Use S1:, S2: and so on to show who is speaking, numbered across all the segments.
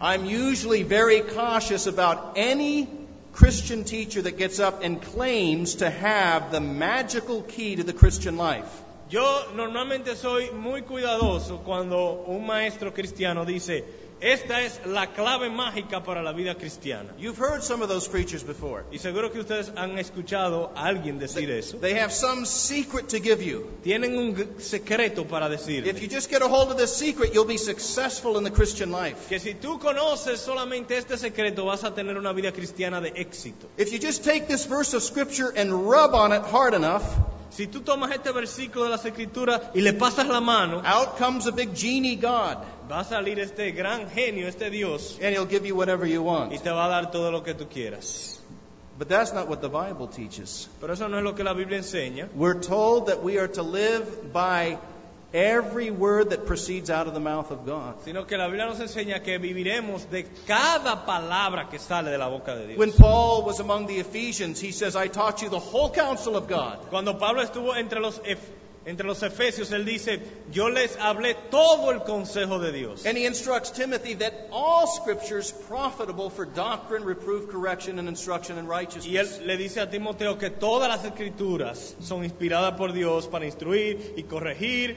S1: I'm usually very cautious about any Christian teacher that gets up and claims to have the magical key to the Christian life.
S2: Yo normalmente soy muy cuidadoso cuando un maestro cristiano dice, esta es la clave mágica para la vida cristiana.
S1: You've heard some of those preachers before.
S2: Y seguro que ustedes han escuchado a alguien decir eso.
S1: They have some secret to give you.
S2: Tienen un g- secreto para
S1: If you
S2: decir
S1: just get a hold of this secret, you'll be successful in the Christian life.
S2: que si tú conoces solamente este secreto vas a tener una vida cristiana de éxito.
S1: If you just take this verse of Scripture and rub on it hard enough,
S2: Si tú tomas este versículo de las escrituras y le pasas la mano,
S1: out comes a big genie God,
S2: va a salir este gran genio, este Dios,
S1: and he'll give you whatever you
S2: y
S1: want.
S2: te va a dar todo lo que tú quieras.
S1: But that's not what the Bible teaches.
S2: Pero eso no es lo que la Biblia enseña.
S1: We're told that we are to live by every word that proceeds out of the mouth of God.
S2: sino que la Biblia nos enseña que viviremos de cada palabra que sale de la boca de Dios.
S1: When Paul was among the Ephesians, he says, I taught you the whole counsel of God.
S2: Cuando Pablo estuvo entre los, ef- entre los efesios, él dice, yo les hablé todo el consejo de Dios.
S1: And he instructs Timothy that all scripture is profitable for doctrine, reproof, correction, and instruction in
S2: Y él
S1: righteousness.
S2: le dice a Timoteo que todas las escrituras son inspiradas por Dios para instruir y corregir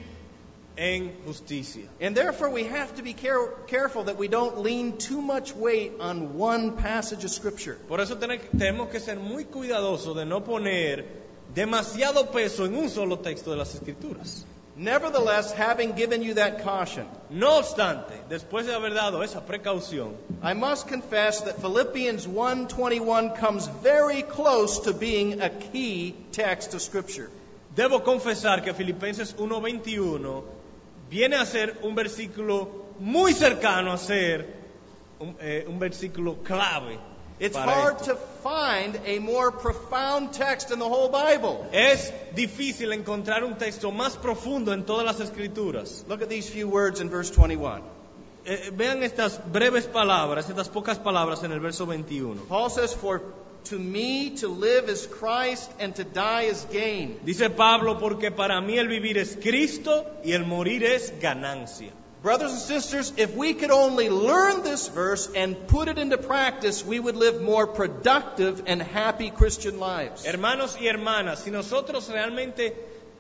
S2: en justicia.
S1: And therefore, we have to be care- careful that we don't lean too much weight on one passage of scripture.
S2: Por eso tener- tenemos que ser muy cuidadosos de no poner demasiado peso en un solo texto de las escrituras.
S1: Nevertheless, having given you that caution,
S2: No obstante, después de haber dado esa precaución,
S1: I must confess that Philippians 1:21 comes very close to being a key text of scripture.
S2: Debo confesar que Filipenses 1:21 viene a ser un versículo muy cercano a ser un, eh, un versículo clave.
S1: It's
S2: para
S1: hard
S2: esto.
S1: to find a more profound text in the whole Bible.
S2: Es difícil encontrar un texto más profundo en todas las escrituras.
S1: Look at these few words in verse 21.
S2: Eh, vean estas breves palabras, estas pocas palabras en el verso 21.
S1: Paul says, For to me to live is Christ and to die is gain.
S2: Dice Pablo, porque para mí el vivir es Cristo y el morir es ganancia.
S1: Brothers and sisters, if we could only learn this verse and put it into practice, we would live more productive and happy Christian lives.
S2: Hermanos y hermanas, si nosotros realmente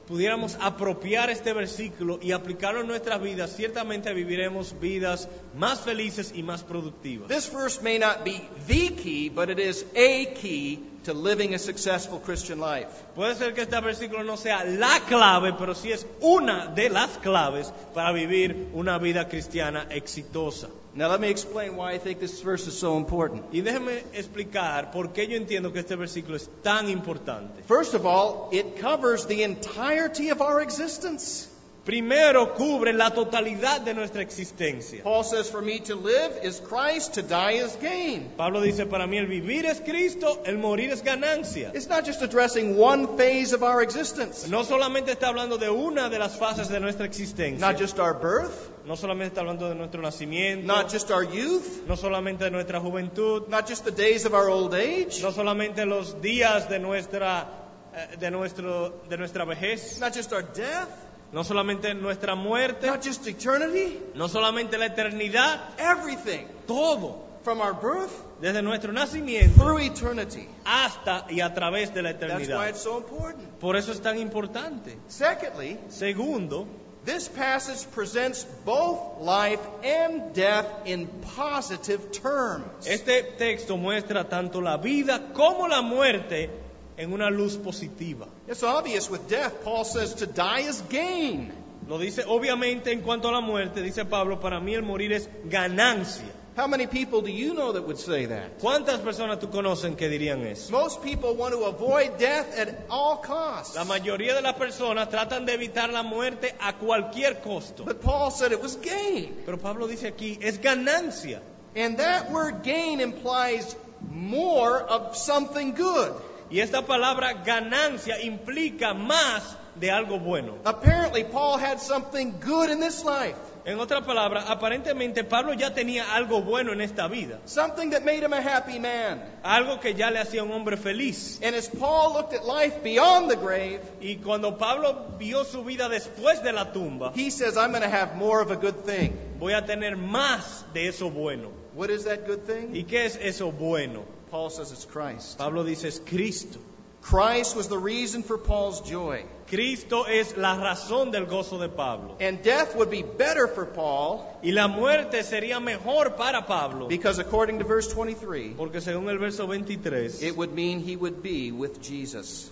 S2: pudiéramos apropiar este versículo y aplicarlo en nuestras vidas, ciertamente viviremos vidas más felices y más productivas.
S1: This verse may not be the key, but it is a key to living a successful Christian life.
S2: Puede ser que este versículo no sea la clave, pero sí es una de las claves para vivir una vida cristiana exitosa.
S1: Now, let me explain why I think this verse is so important.
S2: Y déjenme explicar por qué yo entiendo que este versículo es tan importante.
S1: First of all, it covers the entirety of our existence.
S2: Primero cubre la totalidad de nuestra existencia.
S1: Paul says, For me to live is Christ, to die is gain.
S2: Pablo dice, para mí el vivir es Cristo, el morir es ganancia.
S1: It's not just addressing one phase of our existence,
S2: No solamente está hablando de una de las fases de nuestra existencia,
S1: not just our birth,
S2: no solamente está hablando de nuestro nacimiento,
S1: not just our youth,
S2: no solamente de nuestra juventud,
S1: not just the days of our old age,
S2: no solamente los días de nuestra eh, de nuestro de nuestra vejez,
S1: not just our death,
S2: no solamente nuestra muerte,
S1: not just eternity,
S2: no solamente la eternidad,
S1: everything
S2: todo,
S1: from our birth
S2: desde nuestro nacimiento
S1: through eternity.
S2: hasta y a través de la
S1: That's why
S2: eternidad.
S1: it's so important.
S2: Por eso es tan importante.
S1: Secondly,
S2: Segundo,
S1: this passage presents both life and death in positive terms.
S2: Este texto muestra tanto la vida como la muerte en una luz positiva.
S1: It's obvious with death, Paul says to die is gain.
S2: Lo dice obviamente en cuanto a la muerte, dice Pablo, para mí el morir es ganancia.
S1: How many people do you know that would say that?
S2: ¿Cuántas personas tú conocen que dirían eso?
S1: Most people want to avoid death at all costs.
S2: La mayoría de las personas tratan de evitar la muerte a cualquier costo.
S1: But Paul said it was gain.
S2: Pero Pablo dice aquí, es ganancia.
S1: And that word gain implies more of something good.
S2: Y esta palabra ganancia implica más de algo bueno.
S1: Apparently, Paul had something good in this life.
S2: En otras palabras, aparentemente Pablo ya tenía algo bueno en esta vida,
S1: something that made him a happy man.
S2: algo que ya le hacía un hombre feliz.
S1: And as Paul looked at life beyond the grave,
S2: Y cuando Pablo vio su vida después de la tumba,
S1: he says, I'm going to have more of a good thing.
S2: voy a tener más de eso bueno.
S1: What is that good thing?
S2: ¿Y qué es eso bueno?
S1: Paul says it's Christ.
S2: Pablo dice es Cristo.
S1: Christ was the reason for Paul's joy.
S2: Cristo es la razón del gozo de Pablo.
S1: And death would be better for Paul
S2: Y la muerte sería mejor para Pablo,
S1: because, according to verse 23,
S2: porque según el verso 23,
S1: it would mean he would be with Jesus.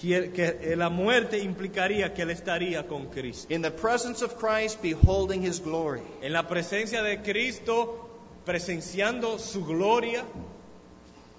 S2: quiere- que eh, la muerte implicaría que él estaría con Cristo.
S1: In the presence of Christ, beholding his glory.
S2: En la presencia de Cristo, presenciando su gloria.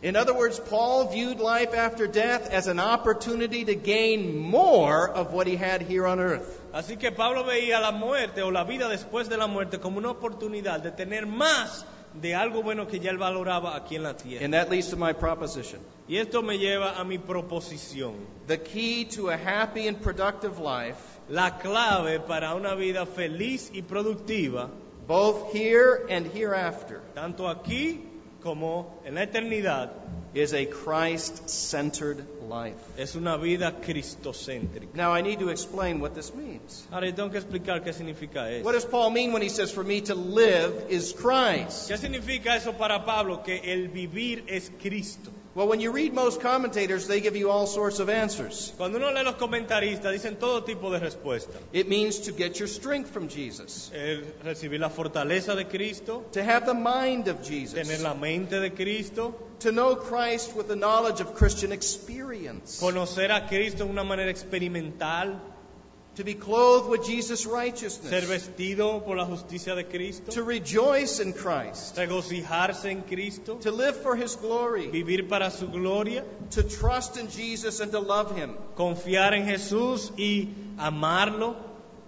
S1: In other words, Paul viewed life after death as an opportunity to gain more of what he had here on earth.
S2: Así que Pablo veía la muerte o la vida después de la muerte como una oportunidad de tener más de algo bueno que ya él valoraba aquí en la tierra.
S1: And that leads to my proposition.
S2: Y esto me lleva a mi proposición.
S1: The key to a happy and productive life,
S2: La clave para una vida feliz y productiva,
S1: both here and hereafter,
S2: tanto aquí como en la eternidad,
S1: is a Christ centered life.
S2: es una vida cristocéntrica.
S1: Now, I need to explain what this means.
S2: Ahora yo tengo que explicar qué significa eso.
S1: What does Paul mean when he says, For me to live is Christ?
S2: ¿Qué significa eso para Pablo? Que el vivir es Cristo.
S1: Well, when you read most commentators, they give you all sorts of answers.
S2: Cuando uno lee los comentaristas, dicen todo tipo de respuestas.
S1: It means to get your strength from Jesus,
S2: El recibir la fortaleza de Cristo,
S1: to have the mind of
S2: tener
S1: Jesus,
S2: la mente de Cristo,
S1: to know Christ with the knowledge of Christian experience,
S2: conocer a Cristo de una manera experimental,
S1: to be clothed with Jesus'
S2: ser
S1: righteousness,
S2: vestido por la justicia de Cristo.
S1: to rejoice in Christ.
S2: regocijarse en Cristo,
S1: to live for his glory,
S2: vivir para su gloria,
S1: to trust in Jesus and to love him.
S2: confiar en Jesús y amarlo.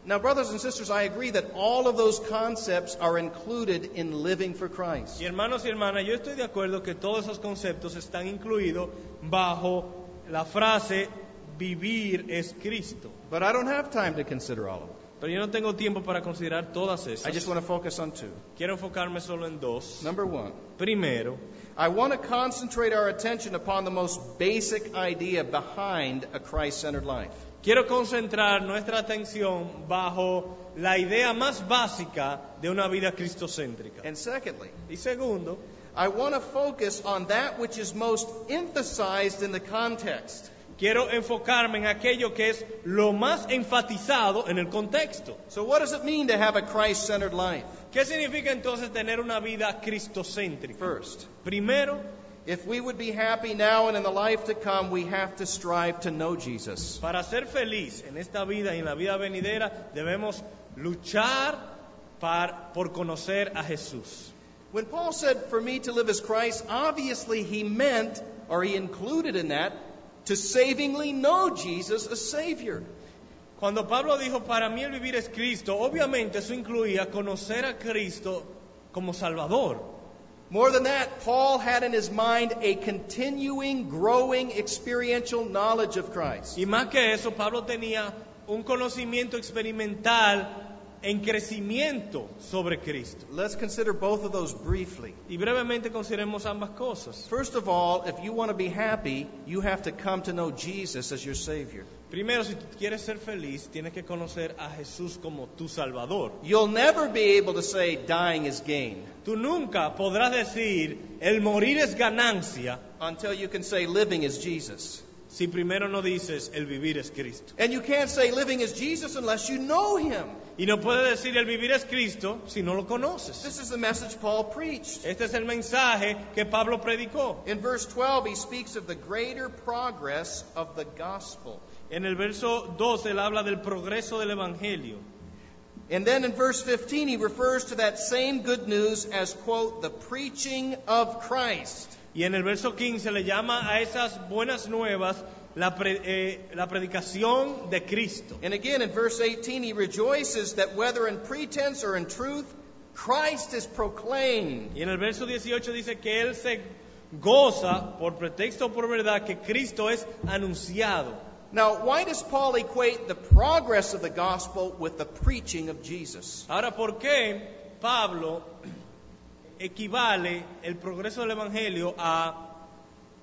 S1: Now, brothers and sisters, I agree that all of those concepts are included in living for Christ.
S2: Y hermanos y hermanas, yo estoy de acuerdo que todos esos conceptos están incluidos bajo la frase vivir es Cristo.
S1: But I don't have time to consider all of them.
S2: Pero yo no tengo tiempo para considerar todas
S1: I
S2: esas.
S1: just want to focus on two.
S2: Quiero enfocarme solo en dos.
S1: Number one,
S2: Primero,
S1: I want to concentrate our attention upon the most basic idea behind a Christ centered life.
S2: quiero concentrar nuestra atención bajo la idea más básica de una vida cristocéntrica.
S1: And secondly,
S2: Y segundo,
S1: I want to focus on that which is most emphasized in the context.
S2: Quiero enfocarme en aquello que es lo más enfatizado en el contexto.
S1: So, what does it mean to have a Christ centered life?
S2: ¿Qué significa entonces tener una vida cristocéntrica?
S1: First,
S2: Primero,
S1: If we would be happy now and in the life to come, we have to strive to know Jesus.
S2: para ser feliz en esta vida y en la vida venidera, debemos luchar par- por conocer a Jesús.
S1: When Paul said, For me to live as Christ, obviously he meant, or he included in that, to savingly know Jesus as Savior.
S2: Cuando Pablo dijo, para mí el vivir es Cristo, obviamente eso incluía conocer a Cristo como Salvador.
S1: More than that, Paul had in his mind a continuing, growing, experiential knowledge of Christ.
S2: Y más que eso, Pablo tenía un conocimiento experimental en crecimiento sobre Cristo.
S1: Let's consider both of those briefly.
S2: Y brevemente consideremos ambas cosas.
S1: First of all, if you want to be happy, you have to come to know Jesus as your Savior.
S2: Primero, si tú quieres ser feliz, tienes que conocer a Jesús como tu Salvador.
S1: You'll never be able to say dying is gain.
S2: Tú nunca podrás decir, el morir es ganancia,
S1: until you can say living is Jesus.
S2: si primero no dices, el vivir es Cristo.
S1: And you can't say living is Jesus unless you know him.
S2: Y no puedes decir, el vivir es Cristo, si no lo conoces.
S1: This is the message Paul preached.
S2: Este es el mensaje que Pablo predicó.
S1: In verse 12, he speaks of the greater progress of the gospel.
S2: En el verso 2, él habla del progreso del Evangelio.
S1: And then in verse 15, he refers to that same good news as, quote, the preaching of Christ.
S2: Y en el verso 15 le llama a esas buenas nuevas la, pre- eh, la predicación de Cristo.
S1: And again in verse 18, he rejoices that whether in pretense or in truth, Christ is proclaimed.
S2: Y en el verso 18 dice que él se goza por pretexto o por verdad que Cristo es anunciado.
S1: Now, why does Paul equate the progress of the gospel with the preaching of Jesus?
S2: Ahora, ¿por qué Pablo equivale el progreso del Evangelio a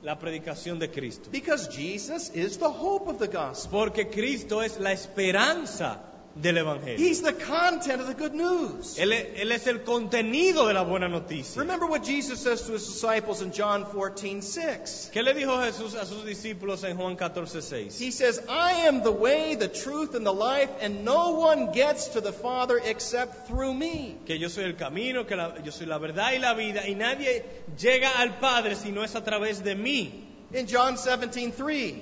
S2: la predicación de Cristo?
S1: Because Jesus is the hope of the gospel.
S2: Porque Cristo es la esperanza del Evangelio.
S1: He's the content of the good news.
S2: Él es, él es el contenido de la buena noticia.
S1: Remember what Jesus says to his disciples in John 14, 6.
S2: ¿Qué le dijo Jesús a sus discípulos en Juan 14, 6?
S1: He says, I am the way, the truth, and the life, and no one gets to the Father except through me.
S2: Que yo soy el camino, que la- yo soy la verdad y la vida, y nadie llega al Padre si no es a través de mí.
S1: In John 17, 3,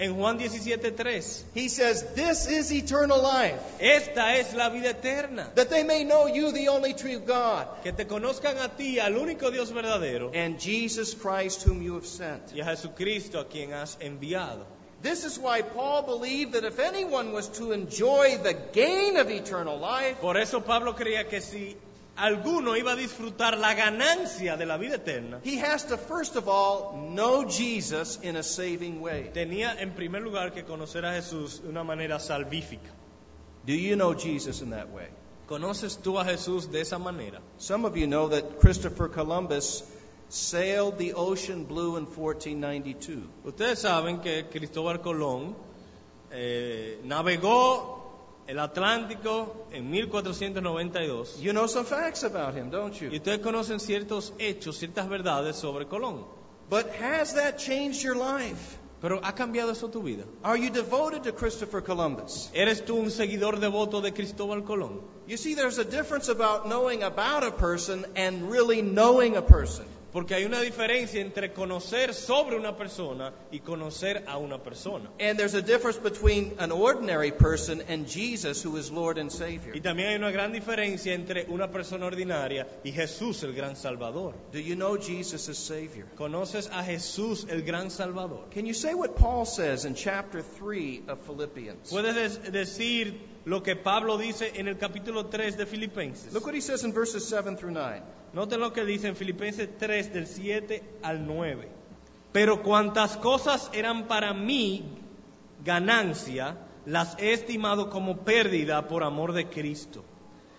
S2: En Juan 17, 3.
S1: he says, This is eternal life,
S2: Esta es la vida eterna.
S1: that they may know you, the only true God,
S2: Que te conozcan a ti, al único Dios verdadero,
S1: and Jesus Christ, whom you have sent.
S2: y a Jesucristo a quien has enviado.
S1: This is why Paul believed that if anyone was to enjoy the gain of eternal life,
S2: Por eso Pablo creía que si alguno iba a disfrutar la ganancia de la vida eterna,
S1: he has to first of all know Jesus in a saving way.
S2: tenía en primer lugar que conocer a Jesús de una manera salvífica.
S1: Do you know Jesus in that way?
S2: ¿Conoces tú a Jesús de esa manera?
S1: Some of you know that Christopher Columbus sailed the ocean blue in 1492.
S2: Ustedes saben que Cristóbal Colón eh, navegó el Atlántico en 1492
S1: You know some facts about him, don't
S2: y
S1: you?
S2: ustedes conocen ciertos hechos, ciertas verdades sobre Colón.
S1: But has that changed your life?
S2: Pero ¿ha cambiado eso tu vida?
S1: Are you devoted to Christopher Columbus?
S2: ¿Eres tú un seguidor devoto de Cristóbal Colón?
S1: You see, there's a difference about knowing about a person and really knowing a person.
S2: Porque hay una diferencia entre conocer sobre una persona y conocer a una persona.
S1: And there's a difference between an ordinary person and Jesus, who is Lord and Savior.
S2: Y también hay una gran diferencia entre una persona ordinaria y Jesús el gran Salvador.
S1: Do you know Jesus as Savior?
S2: ¿Conoces a Jesús el gran Salvador?
S1: Can you say what Paul says in chapter 3 of Philippians?
S2: Puedes des- decir lo que Pablo dice en el capítulo 3 de Filipenses.
S1: Look what he says in verses 7 through 9.
S2: Noten lo que dice en Filipenses 3 del 7 al 9. Pero cuantas cosas eran para mí ganancia, las he estimado como pérdida por amor de Cristo.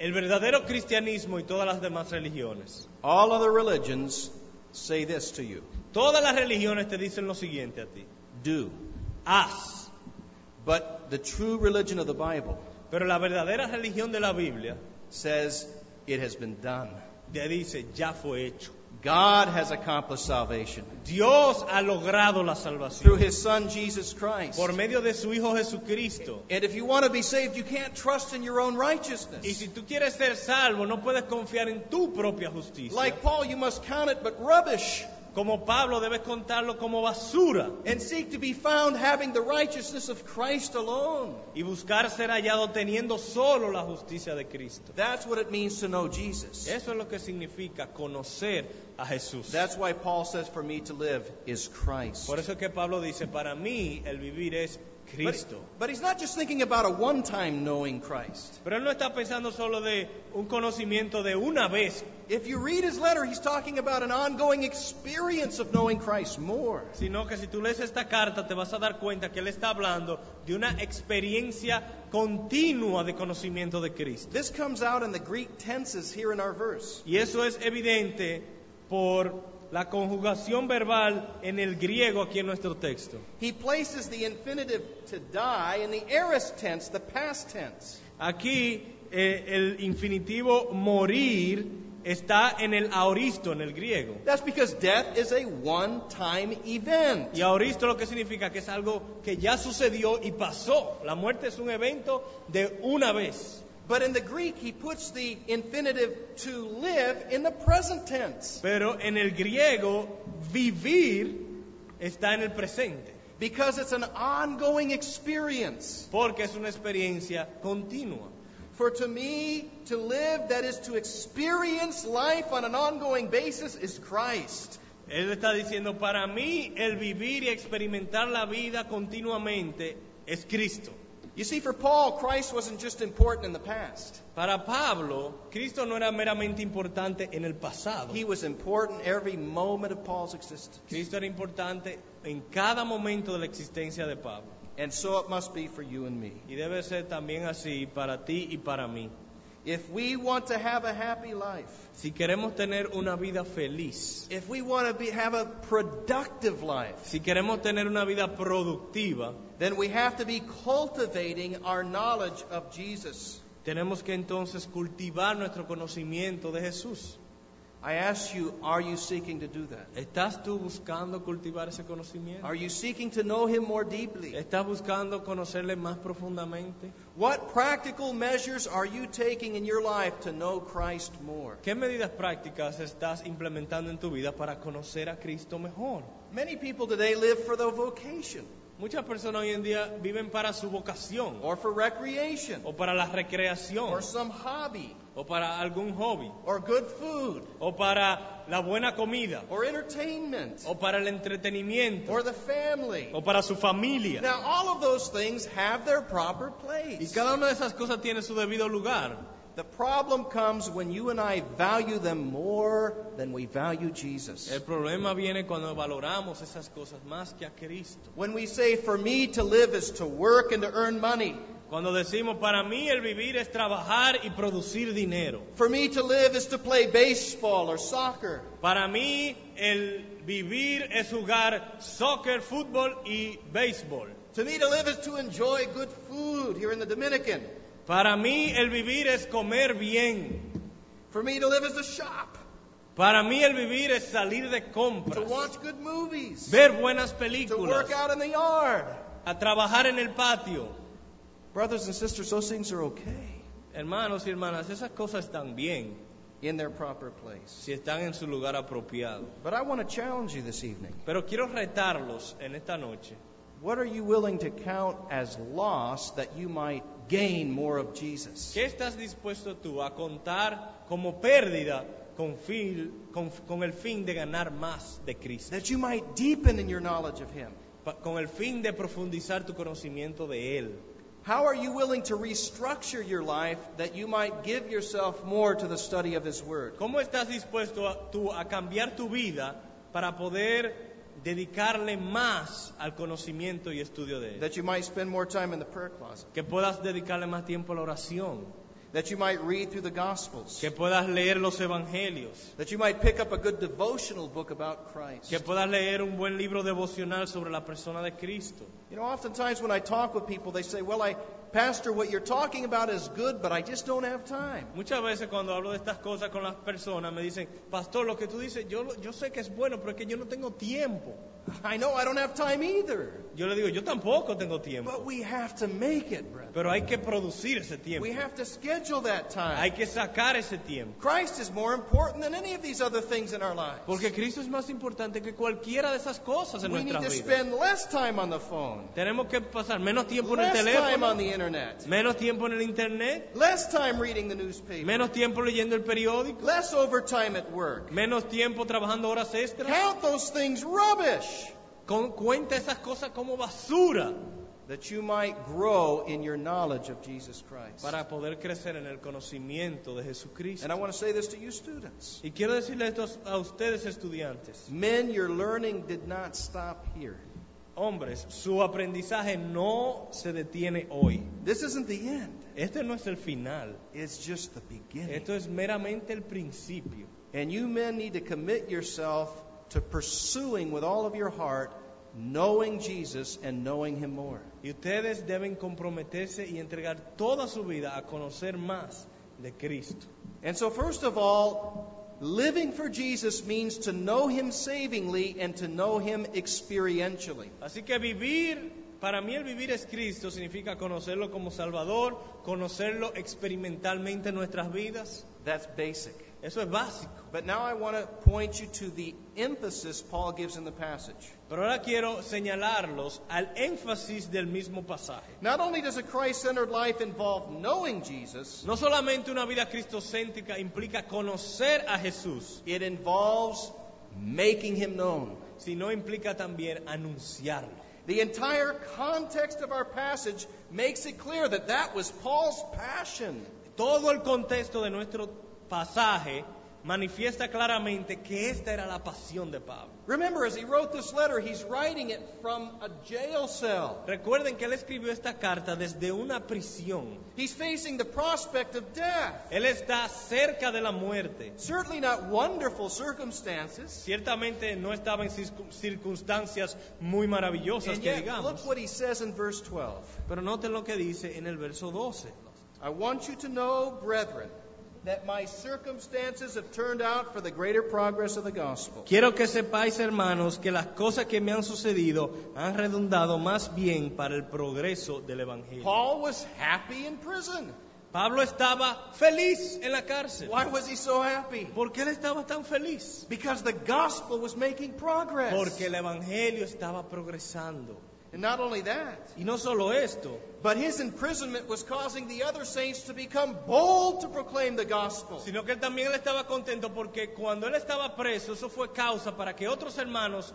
S2: el verdadero cristianismo y todas las demás religiones.
S1: All other religions say this to you
S2: Todas las religiones te dicen lo siguiente a ti.
S1: do.
S2: Haz.
S1: But the true religion of the Bible
S2: Pero la verdadera religión de la Biblia
S1: says it has been done.
S2: te dice, ya fue hecho.
S1: God has accomplished salvation
S2: Dios ha logrado la
S1: through
S2: salvación
S1: his Son Jesus Christ.
S2: por medio de su Hijo Jesucristo.
S1: And if you want to be saved, you can't trust in your own
S2: Y
S1: righteousness.
S2: si tú quieres ser salvo, no puedes confiar en tu propia justicia.
S1: Like Paul, you must count it but rubbish
S2: Como Pablo, debes contarlo como basura
S1: and seek to be found having the righteousness of Christ alone.
S2: y buscar ser hallado teniendo solo la justicia de Cristo.
S1: That's what it means to know Jesus.
S2: Eso es lo que significa conocer a Jesús.
S1: That's why Paul says, For me to live is Christ.
S2: Por eso es que Pablo dice, para mí el vivir es Cristo.
S1: But, but he's not just thinking about a one time knowing Christ.
S2: Pero él no está pensando solo de un conocimiento de una vez.
S1: If you read his letter, he's talking about an ongoing experience of knowing Christ more.
S2: Sino que si tú lees esta carta te vas a dar cuenta que él está hablando de una experiencia continua de conocimiento de Cristo.
S1: This comes out in the Greek tenses here in our verse.
S2: Y eso es evidente por la conjugación verbal en el griego aquí en nuestro texto.
S1: He places the infinitive to die in the aorist tense, the past tense.
S2: Aquí eh, el infinitivo morir está en el aoristo, en el griego.
S1: That's because death is a one time event.
S2: Y aoristo lo que significa que es algo que ya sucedió y pasó. La muerte es un evento de una vez.
S1: But in the Greek, he puts the infinitive to live in the present tense.
S2: Pero en el griego, vivir está en el presente.
S1: because it's an ongoing experience.
S2: porque es una experiencia continua.
S1: For to me, to live, that is to experience life on an ongoing basis, is Christ.
S2: Él está diciendo, para mí el vivir y experimentar la vida continuamente es Cristo.
S1: You see, for Paul, Christ wasn't just important in the past,
S2: Para Pablo, Cristo no era meramente importante en el pasado.
S1: he was important every moment of Paul's existence.
S2: Cristo era importante en cada momento de la existencia de Pablo.
S1: And so it must be for you and me.
S2: Y debe ser también así para ti y para mí.
S1: If we want to have a happy life,
S2: Si queremos tener una vida feliz,
S1: if we want to be, have a productive life,
S2: si queremos tener una vida productiva,
S1: then we have to be cultivating our knowledge of Jesus.
S2: tenemos que entonces cultivar nuestro conocimiento de Jesús.
S1: I ask you, are you seeking to do that?
S2: ¿Estás tú buscando cultivar ese conocimiento?
S1: Are you seeking to know him more deeply?
S2: ¿Estás buscando conocerle más profundamente?
S1: What practical measures are you taking in your life to know Christ more?
S2: ¿Qué medidas prácticas estás implementando en tu vida para conocer a Cristo mejor?
S1: Many people today live for their vocation
S2: Muchas personas hoy en día viven para su vocación,
S1: or for recreation
S2: o para la recreación,
S1: or some hobby
S2: o para algún hobby,
S1: or good food
S2: o para la buena comida,
S1: or entertainment
S2: o para el entretenimiento,
S1: or the family.
S2: o para su familia.
S1: Now, all of those things have their proper
S2: Y
S1: place.
S2: cada una de esas cosas tiene su debido lugar.
S1: The problem comes when you and I value them more than we value Jesus.
S2: El problema viene cuando valoramos esas cosas más que a Cristo.
S1: When we say, for me to live is to work and to earn money,
S2: Cuando decimos, para mí el vivir es trabajar y producir dinero.
S1: for me to live is to play baseball or soccer,
S2: Para mí el vivir es jugar soccer, fútbol y béisbol.
S1: to me to live is to enjoy good food here in the Dominican,
S2: Para mí el vivir es comer bien.
S1: for me to live is to shop,
S2: Para mí el vivir es salir de
S1: to
S2: compras,
S1: watch good movies,
S2: ver buenas
S1: to work
S2: películas,
S1: out in the yard.
S2: a trabajar en el patio.
S1: Brothers and sisters, those things are okay
S2: Hermanos y hermanas, esas cosas están bien
S1: in their proper place.
S2: si están en su lugar apropiado.
S1: But I want to challenge you this evening.
S2: Pero quiero retarlos en esta noche.
S1: What are you willing to count as loss that you might gain more of Jesus?
S2: ¿Qué estás dispuesto tú a contar como pérdida con, fin- con- con el fin de ganar más de Cristo?
S1: That you might deepen in your knowledge of Him?
S2: Pa- con el fin de profundizar tu conocimiento de Él.
S1: How are you willing to restructure your life that you might give yourself more to the study of His Word?
S2: ¿Cómo estás dispuesto a, tú a cambiar tu vida para poder dedicarle más al conocimiento y estudio de Él?
S1: That you might spend more time in the prayer closet?
S2: Que puedas dedicarle más tiempo a la oración,
S1: That you might read through the Gospels?
S2: que puedas leer los evangelios,
S1: That you might pick up a good devotional book about Christ?
S2: que puedas leer un buen libro devocional sobre la persona de Cristo.
S1: You know, oftentimes when I talk with people, they say, Well, I, Pastor, what you're talking about is good, but I just don't have time.
S2: Muchas veces cuando hablo de estas cosas con las personas me dicen, pastor, lo que tú dices, yo, lo- yo sé que es bueno, pero es que yo no tengo tiempo.
S1: I know I don't have time either.
S2: Yo le digo, yo tampoco tengo tiempo,
S1: But we have to make it, brethren.
S2: pero hay que producir ese tiempo.
S1: We have to schedule that
S2: Hay
S1: time.
S2: que sacar ese tiempo.
S1: Christ is more important than any of these other things in our lives.
S2: Porque Cristo es más importante que cualquiera de esas cosas en
S1: we need
S2: nuestras
S1: to
S2: vidas.
S1: spend less time on the phone,
S2: Tenemos que pasar menos tiempo en el
S1: less time
S2: teléfono,
S1: on the internet,
S2: menos tiempo en el internet,
S1: less time reading the newspaper,
S2: menos tiempo leyendo el periódico,
S1: less overtime at work.
S2: menos tiempo trabajando horas extras.
S1: Count those things rubbish
S2: Con, cuenta esas cosas como basura
S1: that you might grow in your knowledge of Jesus Christ.
S2: para poder crecer en el conocimiento de
S1: And I
S2: Jesucristo.
S1: want to say this to you, students.
S2: Y quiero decirle esto a ustedes estudiantes,
S1: Men, your learning did not stop here.
S2: hombres, su aprendizaje no se detiene hoy.
S1: This isn't the end,
S2: Este no es el final,
S1: it's just the beginning.
S2: esto es meramente el principio.
S1: And you men need to commit yourself to pursuing with all of your heart knowing Jesus and knowing Him more.
S2: Y ustedes deben comprometerse y entregar toda su vida a conocer más de Cristo.
S1: And so, first of all, living for Jesus means to know Him savingly and to know Him experientially.
S2: Así que vivir, para mí el vivir es Cristo, significa conocerlo como Salvador, conocerlo experimentalmente en nuestras vidas.
S1: That's basic.
S2: Eso es básico.
S1: But now I want to point you to the emphasis Paul gives in the passage.
S2: Pero ahora quiero señalarlos al énfasis del mismo pasaje.
S1: Not only does a Christ centered life involve knowing Jesus,
S2: No solamente una vida cristocéntrica implica conocer a Jesús,
S1: it involves making him known.
S2: sino implica también anunciarlo.
S1: The entire context of our passage makes it clear that that was Paul's passion.
S2: Todo el contexto de nuestro pasaje manifiesta claramente que esta era la pasión de Pablo.
S1: Remember, as he wrote this letter, he's writing it from a jail cell.
S2: Recuerden que él escribió esta carta desde una prisión.
S1: He's facing the prospect of death.
S2: Él está cerca de la muerte.
S1: Certainly not wonderful circumstances.
S2: Ciertamente no estaba en circun- circunstancias muy maravillosas
S1: And
S2: que
S1: yet, look
S2: digamos,
S1: what he says in verse 12.
S2: pero noten lo que dice en el verso 12.
S1: I want you to know, brethren, that my circumstances have turned out for the greater progress of the gospel.
S2: Quiero que sepáis, hermanos, que las cosas que me han sucedido han redundado más bien para el progreso del Evangelio.
S1: Paul was happy in prison.
S2: Pablo estaba feliz en la cárcel.
S1: Why was he so happy?
S2: ¿Por qué él estaba tan feliz?
S1: Because the gospel was making progress.
S2: Porque el Evangelio estaba progresando.
S1: And not only that,
S2: Y no solo esto,
S1: but his imprisonment was causing the other saints to become bold to proclaim the gospel.
S2: sino que él también él estaba contento porque cuando él estaba preso, eso fue causa para que otros hermanos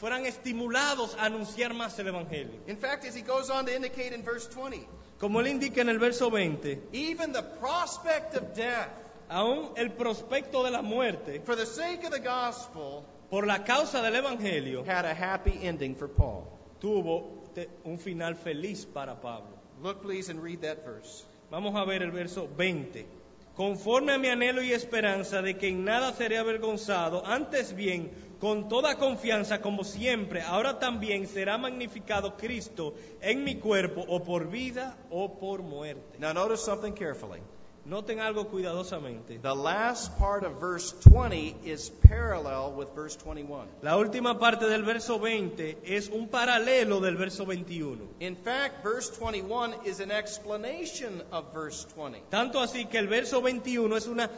S2: fueran estimulados a anunciar más el Evangelio.
S1: In fact, as he goes on to indicate in verse 20,
S2: Como él indica en el verso 20,
S1: even the prospect of death
S2: aún el prospecto de la muerte
S1: for the sake of the gospel
S2: por la causa del Evangelio
S1: had a happy ending for Paul.
S2: tuvo te- un final feliz para Pablo.
S1: Look, please, and read that verse.
S2: Vamos a ver el verso 20. Conforme a mi anhelo y esperanza de que en nada seré avergonzado, antes bien, con toda confianza, como siempre, ahora también será magnificado Cristo en mi cuerpo, o por vida o por muerte.
S1: Now, notice something carefully.
S2: Noten algo cuidadosamente.
S1: The last part of verse 20 is parallel with verse 21.
S2: La última parte del verso 20 es un paralelo del verso 21.
S1: In fact, verse 21 is an explanation of verse 20.
S2: Tanto así que el verso 21 es una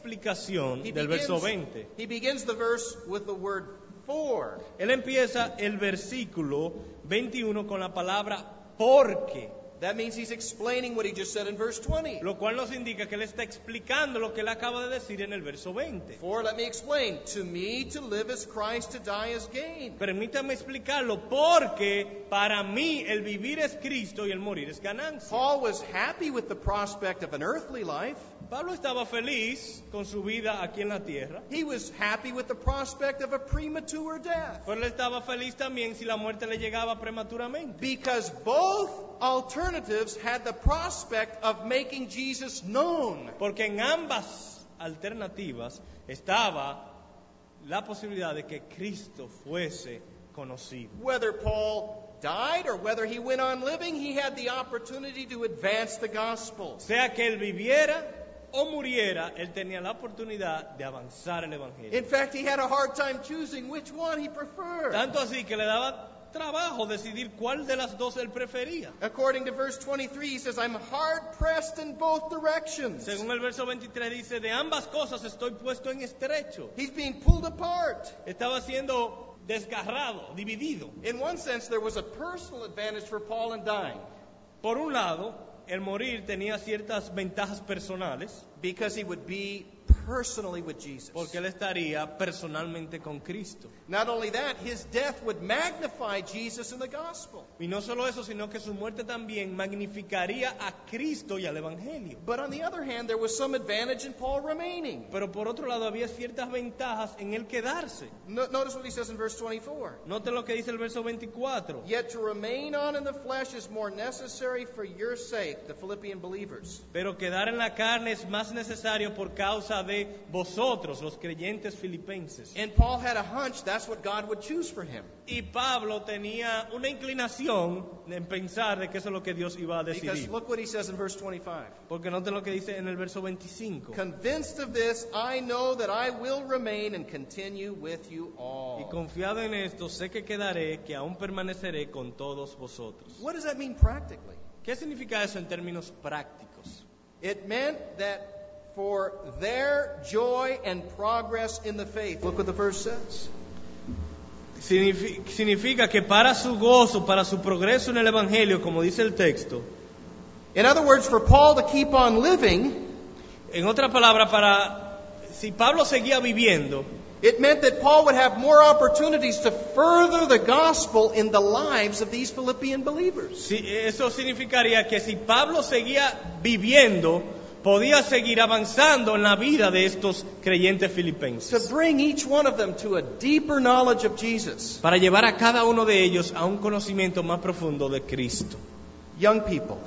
S2: explicación del verso 20.
S1: he begins the verse with the word for.
S2: Él empieza el versículo 21 con la palabra porque,
S1: That means he's explaining what he just said in verse 20.
S2: lo cual nos indica que él está explicando lo que él acaba de decir en el verso 20.
S1: For, let me explain. To me, to live is Christ, to die is gain.
S2: Permítame explicarlo, porque para mí el vivir es Cristo y el morir es ganancia.
S1: Paul was happy with the prospect of an earthly life.
S2: Pablo estaba feliz con su vida aquí en la tierra,
S1: He was happy with the prospect of a premature death.
S2: pero él estaba feliz también si la muerte le llegaba prematuramente.
S1: Because both alternatives had the prospect of making Jesus known.
S2: Porque en ambas alternativas estaba la posibilidad de que Cristo fuese conocido.
S1: Whether Paul died or whether he went on living, he had the opportunity to advance the gospel.
S2: Sea que él viviera o muriera, él tenía la oportunidad de avanzar el Evangelio.
S1: In fact, he had a hard time choosing which one he preferred.
S2: Tanto así que le daba trabajo decidir cuál de las dos él prefería.
S1: According to verse 23, he says, I'm hard pressed in both directions.
S2: Según el verso 23 dice, de ambas cosas estoy puesto en estrecho.
S1: He's being pulled apart.
S2: Estaba siendo desgarrado, dividido.
S1: In one sense, there was a personal advantage for Paul in dying
S2: Por un lado, el morir tenía ciertas ventajas personales,
S1: because he would be personally with Jesus.
S2: porque él estaría personalmente con Cristo.
S1: Not only that, his death would magnify Jesus in the gospel.
S2: Y no solo eso, sino que su muerte también magnificaría a Cristo y al Evangelio.
S1: But on the other hand, there was some advantage in Paul remaining.
S2: Pero por otro lado había ciertas ventajas en el quedarse.
S1: No- notice what he says in verse 24.
S2: Noten lo que dice el verso 24.
S1: Yet to remain on in the flesh is more necessary for your sake, the Philippian believers.
S2: Pero quedar en la carne es más necesario por causa de vosotros, los creyentes filipenses.
S1: And Paul had a hunch that's what God would choose for him.
S2: Y Pablo tenía una inclinación en pensar de que eso es lo que Dios iba a
S1: Because
S2: decidir.
S1: look what he says in verse 25.
S2: Porque noten lo que dice en el verso 25.
S1: Convinced of this, I know that I will remain and continue with you
S2: Y
S1: all.
S2: confiado en esto, sé que quedaré, que aún permaneceré con todos vosotros.
S1: What does that mean practically?
S2: ¿Qué significa eso en términos prácticos?
S1: It meant that for their joy and progress in the faith. Look what the verse says.
S2: Signifi- Significa que para su gozo, para su progreso en el Evangelio, como dice el texto,
S1: In other words, for Paul to keep on living,
S2: en otra palabra, para si Pablo seguía viviendo,
S1: it meant that Paul would have more opportunities to further the gospel in the lives of these Philippian believers.
S2: si- eso significaría que si Pablo seguía viviendo, podía seguir avanzando en la vida de estos creyentes
S1: To
S2: filipenses,
S1: bring each one of them to a deeper knowledge of Jesus.
S2: para llevar a cada uno de ellos a un conocimiento más profundo de Cristo.
S1: Young people,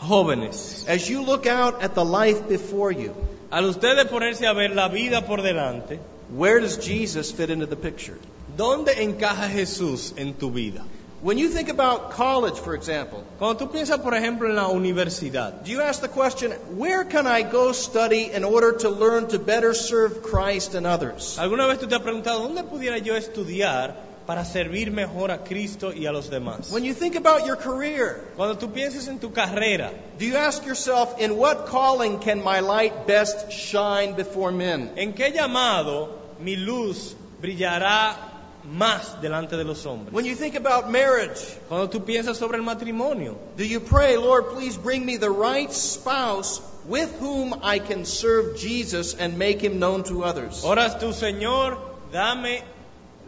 S2: Jóvenes,
S1: as you look out at the life before you,
S2: al ustedes ponerse a ver la vida por delante,
S1: where does Jesus fit into the picture?
S2: ¿dónde encaja Jesús en tu vida?
S1: When you think about college, for example,
S2: Cuando tú piensas, por ejemplo, en la universidad,
S1: do you ask the question, where can I go study in order to learn to better serve Christ and others?
S2: ¿alguna vez tú te has preguntado dónde pudiera yo estudiar para servir mejor a Cristo y a los demás?
S1: When you think about your career,
S2: Cuando tú pienses en tu carrera,
S1: do you ask yourself, in what calling can my light best shine before men?
S2: ¿en qué llamado mi luz brillará más delante de los hombres?
S1: When you think about marriage,
S2: Cuando tú piensas sobre el matrimonio,
S1: do you pray, Lord, please bring me the right spouse with whom I can serve Jesus and make him known to others?
S2: oras tú, Señor, dame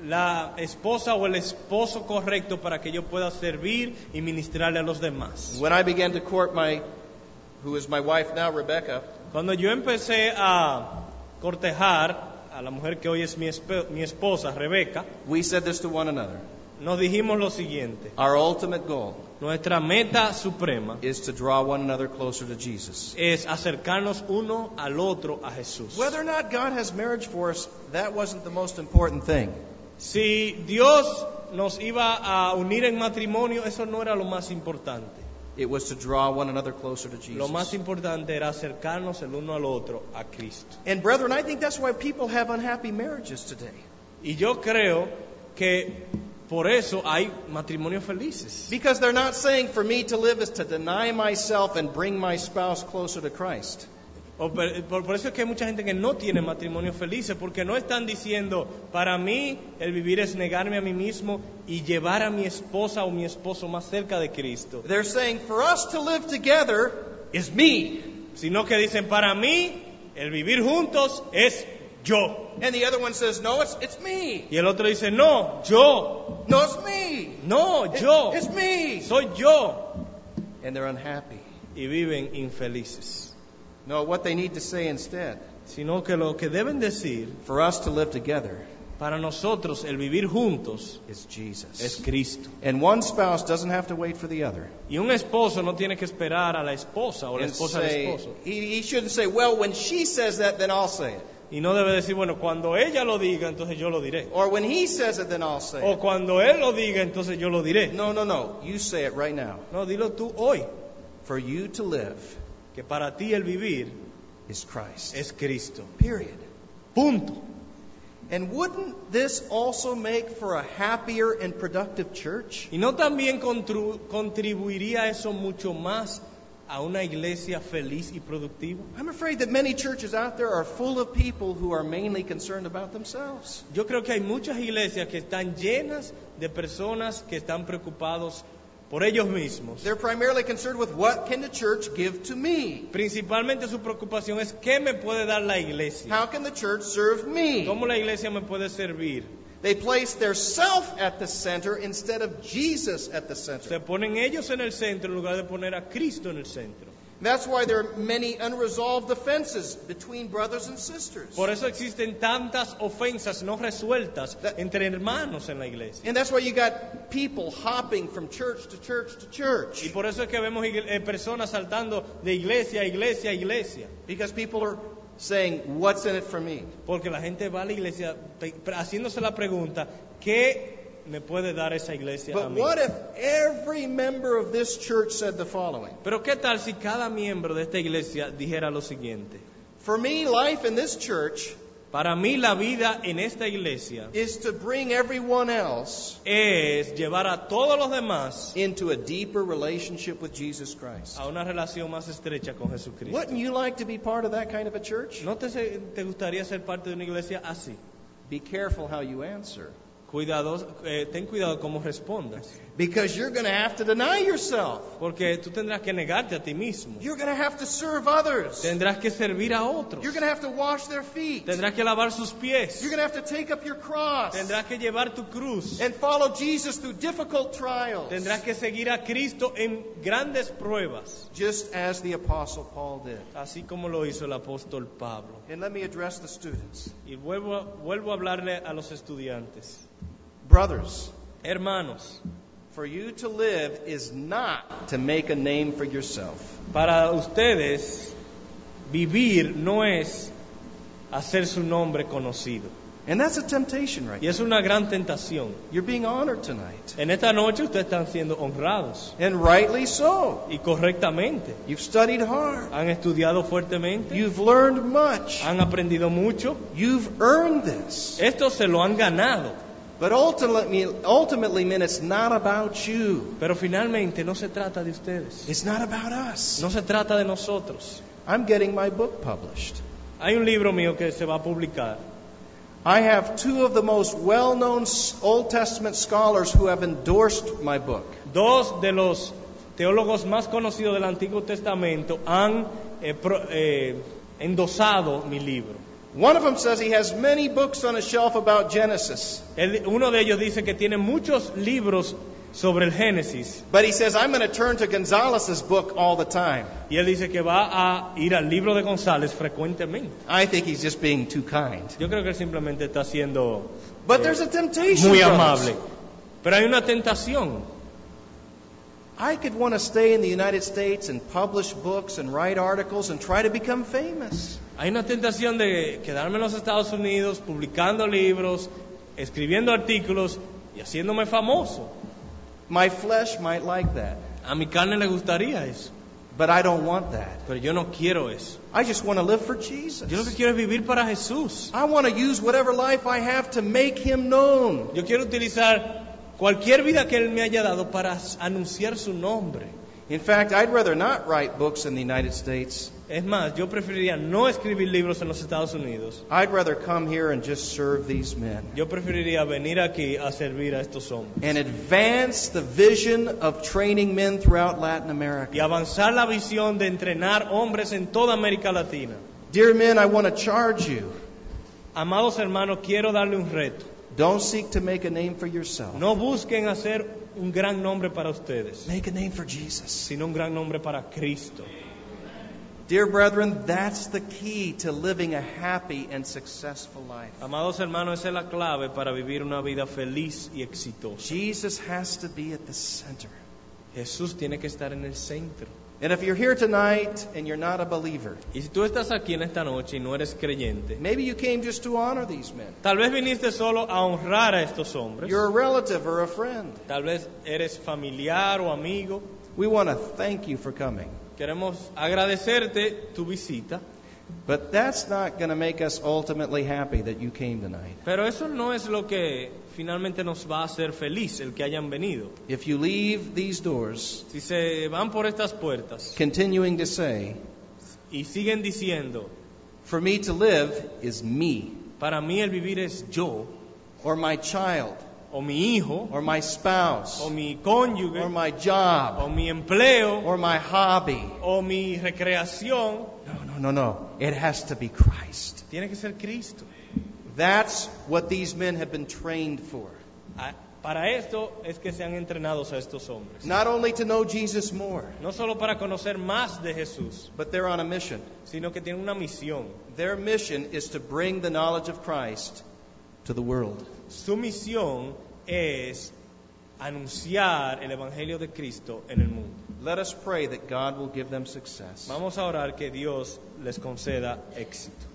S2: la esposa o el esposo correcto para que yo pueda servir y ministrarle a los demás.
S1: When I began to court my, who is my wife now, Rebecca,
S2: Cuando yo empecé a cortejar a la mujer que hoy es mi, esp- mi esposa, Rebeca,
S1: we said this to one another.
S2: nos dijimos lo siguiente,
S1: Our ultimate goal
S2: nuestra meta suprema
S1: is to draw one another closer to Jesus.
S2: es acercarnos uno al otro a Jesús.
S1: Whether or not God has marriage for us, that wasn't the most important thing.
S2: Si Dios nos iba a unir en matrimonio, eso no era lo más importante.
S1: It was to draw one another closer to Jesus.
S2: Lo más importante era acercarnos el uno al otro a Cristo.
S1: And brethren, I think that's why people have unhappy marriages today.
S2: Y yo creo que por eso hay matrimonios felices.
S1: Because they're not saying for me to live is to deny myself and bring my spouse closer to Christ.
S2: O per- por, por eso es que hay mucha gente que no tiene matrimonios felices, porque no están diciendo, para mí el vivir es negarme a mí mismo y llevar a mi esposa o mi esposo más cerca de Cristo.
S1: They're saying for us to live together is me.
S2: Sino que dicen, para mí el vivir juntos es yo.
S1: And the other one says, no, it's, it's me.
S2: Y el otro dice, no, yo,
S1: No, it's me.
S2: no,
S1: It-
S2: yo,
S1: It's me.
S2: soy yo.
S1: And they're unhappy.
S2: Y viven infelices.
S1: No, what they need to say instead,
S2: Sino que lo que deben decir,
S1: for us to live together
S2: para nosotros el vivir juntos
S1: is Jesus.
S2: es Cristo.
S1: And one spouse doesn't have to wait for the other.
S2: Y un esposo no tiene que esperar a la esposa o la
S1: And
S2: esposa al
S1: say-
S2: esposo.
S1: he, he shouldn't say, well, when she says that, then I'll say it.
S2: Y no debe decir, bueno, cuando ella lo diga, entonces yo lo diré.
S1: Or when he says it, then I'll say
S2: O cuando él lo diga, entonces yo lo
S1: it.
S2: diré.
S1: No, no, no. You say it right now.
S2: No, dilo tú hoy,
S1: For you to live
S2: que para ti el vivir
S1: is Christ.
S2: es Cristo.
S1: Period.
S2: Punto.
S1: And wouldn't this also make for a happier and productive church?
S2: Y no también contru- contribuiría eso mucho más a una iglesia feliz y productiva.
S1: I'm afraid that many churches out there are full of people who are mainly concerned about themselves.
S2: Yo creo que hay muchas iglesias que están llenas de personas que están preocupados por ellos mismos.
S1: They're primarily concerned with what can the church give to me?
S2: Principalmente su preocupación es qué me puede dar la iglesia,
S1: How can the church serve me?
S2: cómo la iglesia me puede servir.
S1: They place their self at the center instead of Jesus at the
S2: Se
S1: center.
S2: ponen ellos en el centro en lugar de poner a Cristo en el centro.
S1: That's why there are many unresolved offenses between brothers and sisters.
S2: Por eso existen tantas ofensas no resueltas entre hermanos en la iglesia.
S1: And that's why you got people hopping from church to church to
S2: Y
S1: church
S2: por eso es que vemos igle- eh, personas saltando de iglesia a iglesia a iglesia.
S1: because people are saying, What's in it for me?
S2: Porque la gente va a la iglesia pe- pre- haciéndose la pregunta, ¿qué me puede dar esa iglesia a
S1: But
S2: mí?
S1: what if every member of this church said the following
S2: Pero ¿qué tal si cada miembro de esta iglesia dijera lo siguiente?
S1: For me, life in this church
S2: Para mí la vida en esta iglesia
S1: is to bring everyone else
S2: es llevar a todos los demás
S1: into a deeper relationship with Jesus Christ.
S2: a una relación más estrecha con Jesucristo.
S1: Wouldn't you like to be part of that kind of a church?
S2: ¿No te, se- te gustaría ser parte de una iglesia así?
S1: Be careful how you answer
S2: Cuidados, eh, ten cuidado cómo respondas,
S1: because you're going to have to deny yourself.
S2: porque tú tendrás que negarte a ti mismo,
S1: You're going to have to serve others.
S2: tendrás que servir a otros,
S1: You're going to have to wash their feet. You're
S2: tendrás que lavar sus pies,
S1: going to have to take up your cross
S2: tendrás que llevar tu cruz,
S1: and follow Jesus through difficult trials.
S2: tendrás que seguir a Cristo en grandes pruebas,
S1: Just as the Apostle Paul did.
S2: así como lo hizo el apóstol Pablo.
S1: And let me address the students.
S2: Y vuelvo, a- vuelvo a hablarle a los estudiantes.
S1: Brothers,
S2: Hermanos,
S1: for you to live is not to make a name for yourself.
S2: para ustedes vivir no es hacer su nombre conocido.
S1: And that's a temptation right
S2: Y es una gran tentación.
S1: now. You're being honored tonight.
S2: En esta noche ustedes están siendo honrados
S1: And rightly so.
S2: y correctamente.
S1: You've studied hard.
S2: Han estudiado fuertemente,
S1: You've learned much.
S2: han aprendido mucho.
S1: You've earned this.
S2: Esto se lo han ganado.
S1: But ultimately, ultimately, men, it's not about you.
S2: Pero finalmente no se trata de ustedes.
S1: It's not about us.
S2: No se trata de nosotros.
S1: I'm getting my book published.
S2: Hay un libro mío que se va a publicar.
S1: I have two of the most well known Old Testament scholars who have endorsed my book.
S2: Dos de los teólogos más conocidos del Antiguo Testamento han eh, pro- eh, endosado mi libro.
S1: One of them says he has many books on his shelf about Genesis,
S2: El- uno de ellos dice que tiene muchos libros sobre el Génesis
S1: but he says, I'm going to turn to Gonzalez's book all the time.
S2: y él dice que va a ir al libro de González frecuentemente.
S1: I think he's just being too kind.
S2: Yo creo que él simplemente está siendo
S1: But there's a temptation.
S2: muy
S1: brothers.
S2: amable. Pero hay una tentación.
S1: I could want to stay in the United States and publish books and write articles and try to become famous.
S2: Hay una tentación de quedarme en los Estados Unidos publicando libros, escribiendo artículos y haciéndome famoso.
S1: My flesh might like that,
S2: A mi carne le gustaría eso.
S1: but I don't want that.
S2: Pero yo no quiero eso.
S1: I just want to live for
S2: Yo lo que
S1: Jesus.
S2: quiero es vivir para Jesús.
S1: I want to use whatever life I have to make him known.
S2: Yo quiero utilizar cualquier vida que Él me haya dado para s- anunciar su nombre.
S1: In fact, I'd rather not write books in the United States.
S2: Es más, yo preferiría no escribir libros en los Estados Unidos.
S1: I'd rather come here and just serve these men
S2: Yo preferiría venir aquí a servir a estos hombres
S1: and advance the vision of training men throughout Latin
S2: y
S1: America.
S2: avanzar la visión de entrenar hombres en toda América Latina.
S1: Dear men, I want to charge you.
S2: Amados hermanos, quiero darle un reto.
S1: Don't seek to make a name for yourself.
S2: No busquen hacer un gran nombre para ustedes,
S1: Make a name for Jesus.
S2: sino un gran nombre para Cristo.
S1: Dear brethren, that's the key to living a happy and successful life.
S2: Amados hermanos, esa es la clave para vivir una vida feliz y exitosa.
S1: Jesus has to be at the center.
S2: Jesús tiene que estar en el centro.
S1: And if you're here tonight and you're not a believer,
S2: Y si tú estás aquí en esta noche y no eres creyente,
S1: maybe you came just to honor these men.
S2: tal vez viniste solo a honrar a estos hombres,
S1: You're a relative or a friend.
S2: tal vez eres familiar o amigo,
S1: We want to thank you for coming.
S2: queremos agradecerte tu visita,
S1: But that's not going to make us ultimately happy that you came tonight.
S2: pero eso no es lo que finalmente nos va a hacer feliz el que hayan venido.
S1: If you leave these doors
S2: Si se van por estas puertas
S1: continuing to say,
S2: y siguen diciendo,
S1: for me to live is me,
S2: para mí el vivir es yo,
S1: or my child,
S2: o mi hijo,
S1: or my
S2: o
S1: spouse,
S2: mi cónyuge,
S1: or my
S2: o
S1: job,
S2: mi empleo,
S1: or my hobby.
S2: o mi recreación,
S1: No, no, no, no. It has to be Christ.
S2: tiene que ser Cristo.
S1: That's what these men have been trained for.
S2: Ah, Para esto es que se han entrenados a estos hombres.
S1: Not only to know Jesus more,
S2: No solo para conocer más de Jesús,
S1: but they're on a mission.
S2: sino que tienen una misión.
S1: Their mission is to bring the knowledge of Christ to the world.
S2: Su misión es anunciar el Evangelio de Cristo en el mundo.
S1: Let us pray that God will give them success.
S2: Vamos a orar que Dios les conceda éxito.